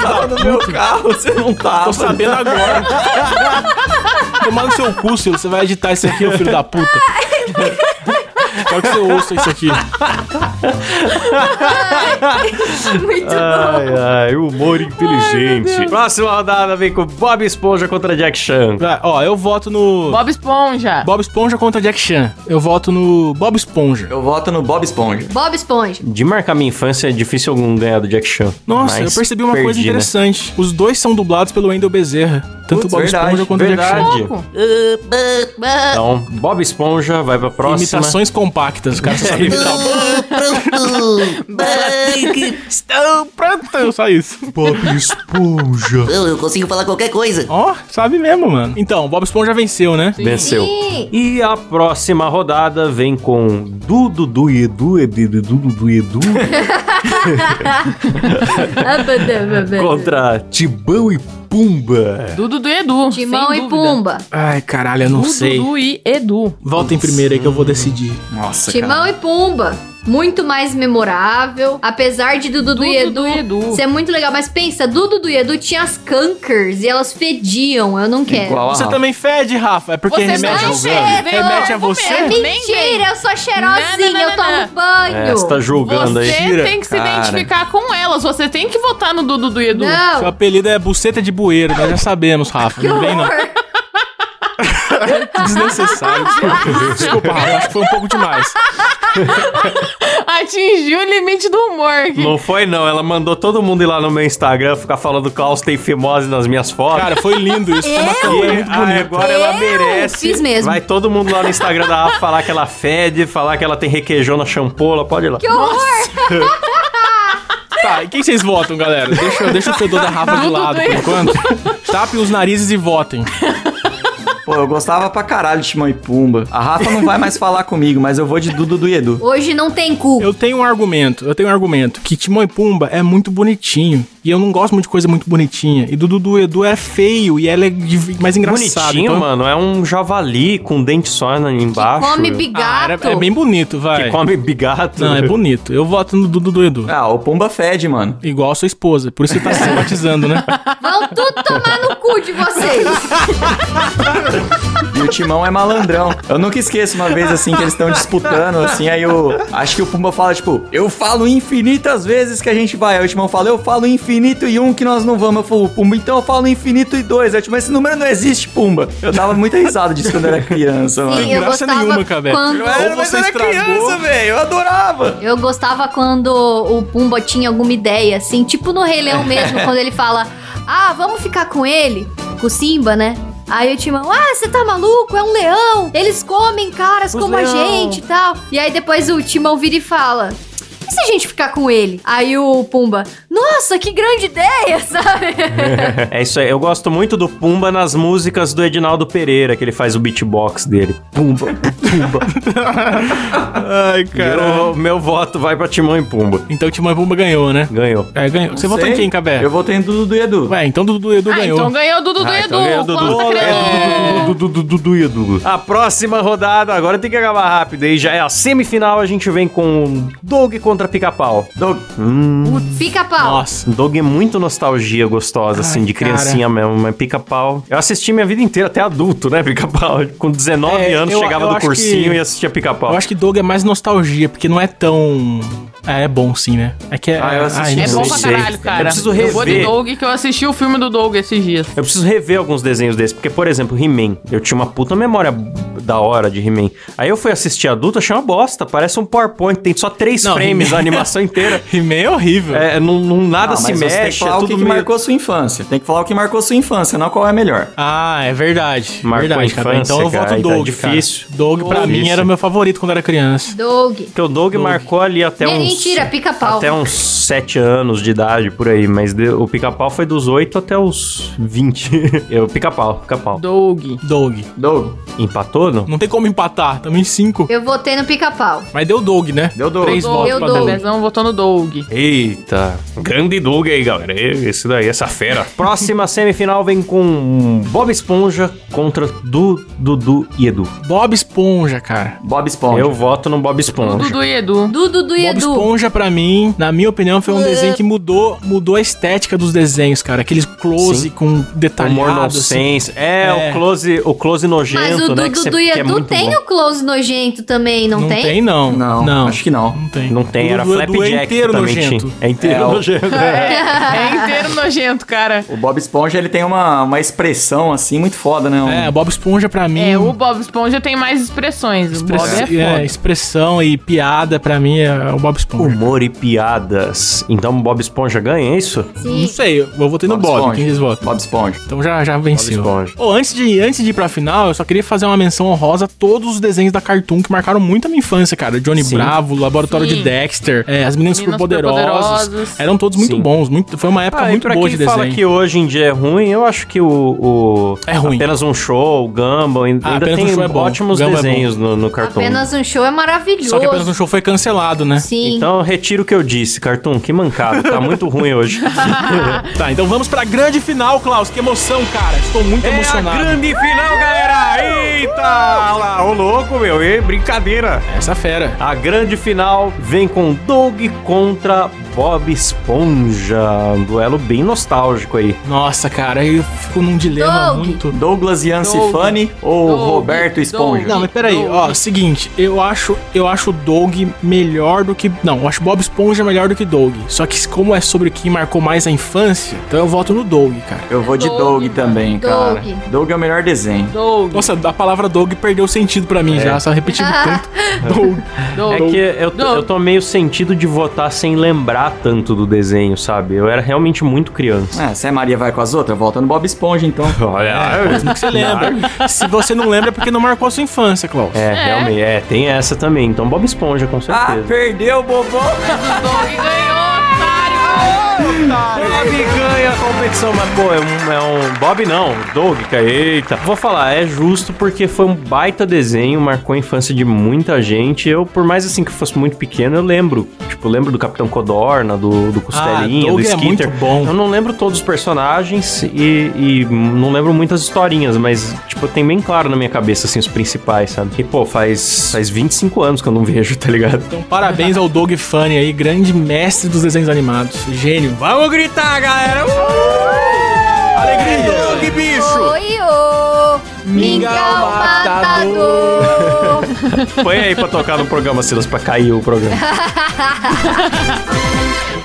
tava no meu carro, você não tava. assim, Tô sabendo agora. Tomar no seu cu, Silas. Você vai editar isso aqui, ô filho da puta. Quero que você ouça isso aqui. (laughs) Muito Ai, ai, humor inteligente. Próxima rodada vem com Bob Esponja contra Jack Chan. Vai, ó, eu voto no. Bob Esponja. Bob Esponja contra Jack Chan. Eu voto no Bob Esponja. Eu voto no Bob Esponja. Bob Esponja. De marcar minha infância, é difícil algum ganhar do Jack Chan. Nossa, Mas eu percebi uma coisa perdi, né? interessante. Os dois são dublados pelo Wendel Bezerra. Tanto o Bob Putz, verdade, Esponja quanto o Jack Chan. Verdade. Ah, Então, Bob Esponja vai pra próxima. Imitações compactas, (laughs) cara. Só sabe imitar. Estou pronto, só isso. Eu, eu consigo falar qualquer coisa. Ó, sabe mesmo, mano. Então, Bob Esponja venceu, né? Venceu. Sim. E a próxima rodada vem com Dudu Dudu e Edu, Edu, Edu, Dudu e (laughs) Edu contra Tibão e Pumba. Dudu do Edu. Timão sem e dúvida. Pumba. Ai, caralho, eu não Dudu Dudu e Edu. Volta em primeiro aí que eu vou decidir. Nossa, Timão e Pumba. Muito mais memorável. Apesar de Dudu, e Dudu Edu e Edu. ser muito legal. Mas pensa, Dudu e Edu tinha as cankers e elas fediam. Eu não quero. Igual a Você Rafa. também fede, Rafa? É porque Você remete vai ao feder, velho? eu Remete a vou você? É mesmo. Nem mentira, vem. eu sou cheirosinha, Não, não, não, eu tomo não. É, você banho. tá julgando aí. você Tira, tem que se cara. identificar com elas. Você tem que votar no Dudu do Edu. Não, Seu apelido é buceta de bueiro, nós já sabemos, Rafa. que Não vem, não. horror. é (laughs) Desnecessário. Desculpa, Rafa, acho que foi um pouco demais. Ah, Ela atingiu o limite do humor. aqui. Não foi, não. Ela mandou todo mundo ir lá no meu Instagram ficar falando que o Klaus tem fimose nas minhas fotos. Cara, foi lindo isso. É? Foi uma campanha e muito ah, bonita. agora ela Eu merece. fiz mesmo. Vai todo mundo lá no Instagram da Rafa falar que ela fede, falar que ela tem requeijão na champola. Pode ir lá. Que horror! Tá, e quem vocês votam, galera? Deixa, deixa o fedor da Rafa de Tudo lado por bem. enquanto. Tapem os narizes e votem. Pô, eu gostava pra caralho de Timão e Pumba. A Rafa não vai mais falar comigo, mas eu vou de Dudu do Edu. Hoje não tem cu. Eu tenho um argumento, eu tenho um argumento. Que Timão e Pumba é muito bonitinho. E eu não gosto muito de coisa muito bonitinha. E Dudu do Edu é feio e ela é div- mais engraçado. Então Bonitinho, mano. É um javali com dente só na- embaixo. Come Ah, bigato. era- é bem bonito, vai. Que come bigato. Não, é bonito. Eu voto no Dudu do Edu. Ah, o Pumba fede, mano. Igual a sua esposa, por isso que tá se (laughs) batizando, né? Vão tudo tomar no cu de vocês. E o Timão é malandrão. Eu nunca esqueço uma vez, assim, que eles estão disputando, assim, aí o... Acho que o Pumba fala, tipo, eu falo infinitas vezes que a gente vai. Aí o Timão fala, eu falo infinito e um que nós não vamos. Eu falo, Pumba, então eu falo infinito e dois. Aí o Timão, esse número não existe, Pumba. Eu dava muita risada disso quando eu era criança, mano. Sim, eu graça gostava nenhuma, Cabé. quando... Eu era, Ou mas você eu era estragou. criança, velho. Eu adorava. Eu gostava quando o Pumba tinha alguma ideia, assim, tipo no Rei Leão mesmo, quando ele fala: Ah, vamos ficar com ele, com o Simba, né? Aí o Timão, ah, você tá maluco? É um leão! Eles comem caras como a gente e tal. E aí depois o Timão vira e fala: E se a gente ficar com ele? Aí o Pumba, nossa, que grande ideia, (laughs) sabe? É isso aí. Eu gosto muito do Pumba nas músicas do Edinaldo Pereira, que ele faz o beatbox dele. Pumba, Pumba. (laughs) Ai, Meu, meu voto vai pra Timão e Pumba. Então Timão e Pumba ganhou, né? Ganhou. É, ganhou. Você votou em Sei. quem, Cabé? Eu votei em Dudu do Edu. Ué, então Dudu do Edu ah, ganhou. então ganhou o Dudu do Ah, Edu. então ganhou o o Klaus tá Dudu. criando- Dudu e Edu. A próxima rodada, agora tem que acabar rápido. Aí já é a semifinal, a gente vem com Doug contra Pica-Pau. Doug, Fica pau. Nossa. Doug é muito nostalgia gostosa, Ai, assim, de cara. criancinha mesmo, mas pica-pau. Eu assisti minha vida inteira, até adulto, né? Pica-pau. Com 19 É, anos, eu- chegava eu do acho cursinho que- e assistia pica-pau. Eu acho que Doug é mais nostalgia, porque não é tão. É, é bom sim, né? É que é. Ah, eu assisti. não É Eu sei. bom pra sei. caralho, cara. Eu preciso vou de rever. Doug, que eu assisti o filme do Doug esses dias. Eu preciso rever alguns desenhos desses, porque, por exemplo, He-Man. Eu tinha uma puta memória da hora de He-Man. Aí eu fui assistir adulto, achei uma bosta. Parece um PowerPoint, tem só três Não, frames a He-Man. animação (laughs) inteira. He-Man é horrível. É, não, não- nada Ah, se mas você tem que mexe, é falar o tudo que, que meio... marcou sua infância. Tem que falar o que marcou sua infância, não qual é melhor. Ah, é verdade. Marcou verdade, a cara. infância, Então eu cara, voto e tá Doug. cara. difícil. Doug, pra Doug. mim, era meu favorito quando era criança. Doug. Porque o Doug, marcou ali até Minha uns... mentira, pica-pau. Até um uns 7 anos de idade, por aí. Mas de- o pica-pau foi dos 8 até os 20. (laughs) Eu, pica-pau, pica-pau. Doug. Doug. Doug, Empatou, não? Não tem como empatar. Também cinco. Eu votei no pica-pau. Mas deu Doug, né? Deu Doug. Três Doug. votos Deu pra Doug. Doug. Pezão votou no Doug. Eita. Grande Doug aí, galera. Esse daí, essa fera. (laughs) Próxima semifinal vem com Bob Esponja contra Du, Dudu e Edu. Bob Esponja, cara. Bob Esponja. Eu voto no Bob O Esponja. Dudu e (laughs) Edu. Dudu do Bob Edu. Esponja, pra mim, na minha opinião, É. foi um desenho que mudou, mudou a estética dos desenhos, cara. Aqueles close Sim. com Humor detalhado, assim. nonsense. É, É. O, close, o close nojento, Mas né? que o Dudu cê- do que é Edu muito tem bom. o close nojento também, não, Não tem? tem, não. Não, acho que não. Não tem. Não tem, O era do Edu Flapjack é inteiro que também nojento. tinha. É inteiro É, o- nojento. É, é inteiro nojento, cara. O Bob Esponja, ele tem uma, uma expressão, assim, muito foda, né? Um- É, Bob Esponja pra mim. É, o Bob Esponja tem mais expressões. O Bob é express- é, foda. expressão e piada pra mim é o Bob Esponja. Humor e piadas. Então Bob Esponja ganha, é isso? Não (laughs) Sim. sei, eu eu votei no Bob, quem eles votam. Bob Esponja. Então já, já venceu. Bob Esponja. Ô, antes, de, antes de ir pra final, eu só queria fazer uma menção honrosa a todos os desenhos da Cartoon que marcaram muito a minha infância, cara. Johnny Sim. Bravo, Laboratório Sim. de Dexter, é, As Meninas Meninas Superpoderosas. Superpoderosas. Eram todos muito Sim. bons. Muito, foi uma época Ah, e muito pra boa quem de fala desenho. que hoje em dia é ruim, eu acho que o, o É ruim. apenas um show, o Gumball, ainda Ah, Apenas um tem Show é bom. ótimos Gumball é desenhos no, no cartoon. Apenas um show é maravilhoso. Só que apenas no show foi cancelado, né? Sim. Então retiro o que eu disse, cartoon, que mancada, tá muito ruim (laughs) hoje. Tá, então vamos pra grande final, Klaus. Que emoção, cara. Estou muito emocionado. É final, galera! Eita! Olha lá, ô louco, meu, e brincadeira. Essa é fera. A grande final vem com Doug contra Bob Esponja. Um duelo bem nostálgico aí. Nossa, cara, eu fico num dilema Doug. muito. Douglas Yancifani ou Doug, Roberto Doug. Esponja? Não, mas peraí, Doug. ó, seguinte, eu acho, eu acho o Doug melhor do que. Não, eu acho Bob Esponja melhor do que Doug. Só que como é sobre quem marcou mais a infância, então eu voto no Doug, cara. Eu vou de Doug, Doug, também, cara. Doug. Doug é o melhor desenho. Doug, Nossa, a palavra Doug perdeu o sentido pra mim já, só repetindo tanto. Doug. É Doug. que eu, tô- Doug. eu tô meio sentido de votar sem lembrar tanto do desenho, sabe? Eu era realmente muito criança. Ah, se a Maria vai com as outras, volta no Bob Esponja, então. Olha, Mesmo que você lembra. Se você não lembra, é porque não marcou a sua infância, Klaus. é, realmente, é, tem essa também. Então, Bob Esponja, com Ah, certeza. perdeu o bobão. Doug ganhou, otário! Bob ganha a competição, mas pô, é um, é um- Bob não, Doug, cara, eita. Vou falar, é justo porque foi um baita desenho, marcou a infância de muita gente. Eu, por mais assim que eu fosse muito pequeno, eu lembro. Tipo, lembro do Capitão Codorna, do, do Costelinha, do Doug é Skitter. muito bom. Eu não lembro todos os personagens e, e não lembro muitas historinhas, mas, tipo, tem bem claro na minha cabeça, assim, os principais, sabe? E, pô, faz, faz 25 anos que eu não vejo, (laughs) tá ligado? Então, parabéns ao Doug Funny aí, grande mestre dos desenhos animados. Gênio. Vamos gritar, galera! Uh! Alegria! Doug, bicho! Oi, ô! Mingau matador! Põe aí pra tocar no programa, Silas, pra cair o programa.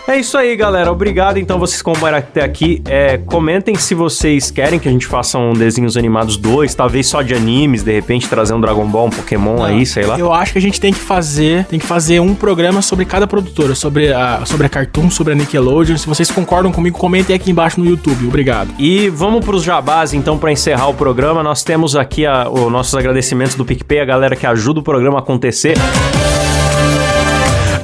É isso aí, galera. Obrigado. Então, vocês que acompanharam até aqui. É, comentem se vocês querem que a gente faça um Desenhos Animados 2, talvez só de animes, de repente trazer um Dragon Ball, um Pokémon aí, sei lá. Ah, Eu acho que a gente tem que fazer, tem que fazer um programa sobre cada produtora, sobre a, sobre a Cartoon, sobre a Nickelodeon. Se vocês concordam comigo, comentem aqui embaixo no YouTube. Obrigado. E vamos pros jabás, então, pra encerrar o programa. Nós temos aqui a- os nossos agradecimentos do PicPay, a galera que ajuda o programa a acontecer.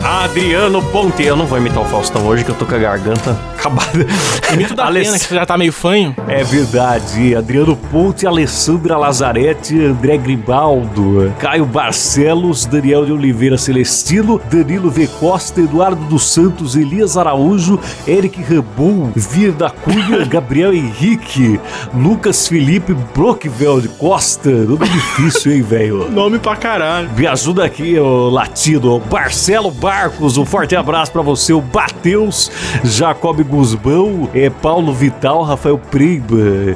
Adriano Ponte. Eu não vou imitar o Faustão hoje, que eu tô com a garganta (laughs) acabada. Imito da Aless- pena, que você já tá meio fanho. É verdade. Adriano Ponte, Alessandra Lazarete, André Gribaldo, Caio Barcelos, Daniel de Oliveira Celestino, Danilo V. Costa, Eduardo dos Santos, Elias Araújo, Eric Rambu, Vir da (laughs) Cunha, Gabriel Henrique, Lucas Felipe Brockveld Costa. Nome difícil, hein, velho? Nome pra caralho. Me ajuda aqui, ô latido. ô Marcelo Barcos, um forte abraço pra você. O Bateus, Jacob Guzmão, é, Paulo Vital, Rafael Prima,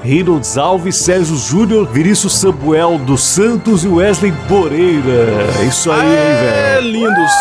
Reynolds Alves, Sérgio Júnior, Vinícius Samuel dos Santos e Wesley Moreira. É isso aí, É, hein, velho. lindos.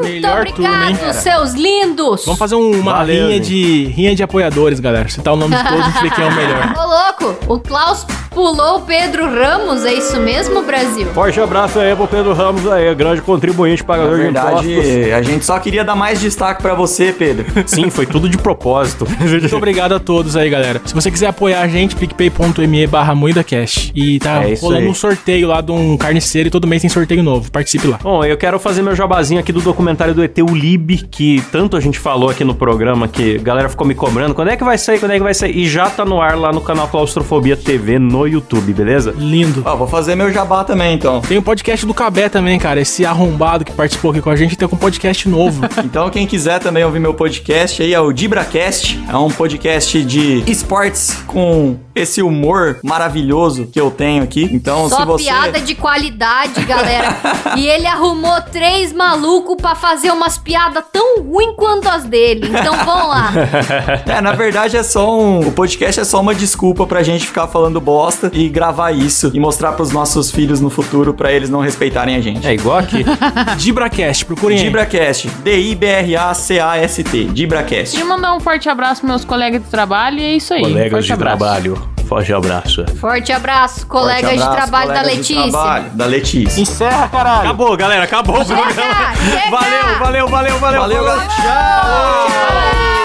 Muito Melhor turma, hein? obrigado, seus lindos! Vamos fazer um, uma Valeu, linha gente. de rinha de apoiadores, galera. Citar o nome de todos e ver quem é (laughs) o melhor. (laughs) Ô, louco, o Klaus pulou o Pedro Ramos, é isso mesmo, Brasil? Forte abraço aí pro Pedro Ramos aí, grande contribuinte, Na pagador de impostos. É verdade, a gente só queria dar mais destaque pra você, Pedro. Sim, foi tudo de (laughs) propósito. Muito obrigado a todos aí, galera. Se você quiser apoiar a gente, picpay.me barra MoidaCast. E tá É isso rolando aí. um sorteio lá de um carniceiro e todo mês tem sorteio novo. Participe lá. Bom, eu quero fazer meu jabazinho aqui do documentário do ET Ulib, que tanto a gente falou aqui no programa, que a galera ficou me cobrando, quando é que vai sair, quando é que vai sair, e já tá no ar lá no canal Claustrofobia TV no YouTube, beleza? Lindo. Ó, vou fazer meu jabá também, então. Tem o podcast do Cabé também, cara. Esse arrombado que participou aqui com a gente tem um podcast novo. Então, quem quiser também ouvir meu podcast aí é o DibraCast. É um podcast de esportes com esse humor maravilhoso que eu tenho aqui. Então, se Só você. piada de qualidade, galera. (laughs) e ele arrumou três malucos pra fazer umas piadas tão ruins quanto as dele. Então vão lá. É, na verdade é só um. O podcast é só uma desculpa pra gente ficar falando bosta e gravar isso e mostrar pros nossos filhos no futuro pra eles não respeitarem a gente. É igual aqui. Dibracast, procurem aí. DibraCast, D-I-B-R-A-C-A-S-T, DibraCast. E mandar um forte abraço pros meus colegas de trabalho e é isso aí. Colegas forte de abraço. trabalho, forte abraço. Forte abraço, Forte colega abraço, de trabalho da colegas de Letícia. trabalho da Letícia. Encerra, caralho. Acabou, galera, acabou o programa. Chega, chega. Valeu, valeu, valeu, valeu. Valeu, galera. é Tchau! Valeu.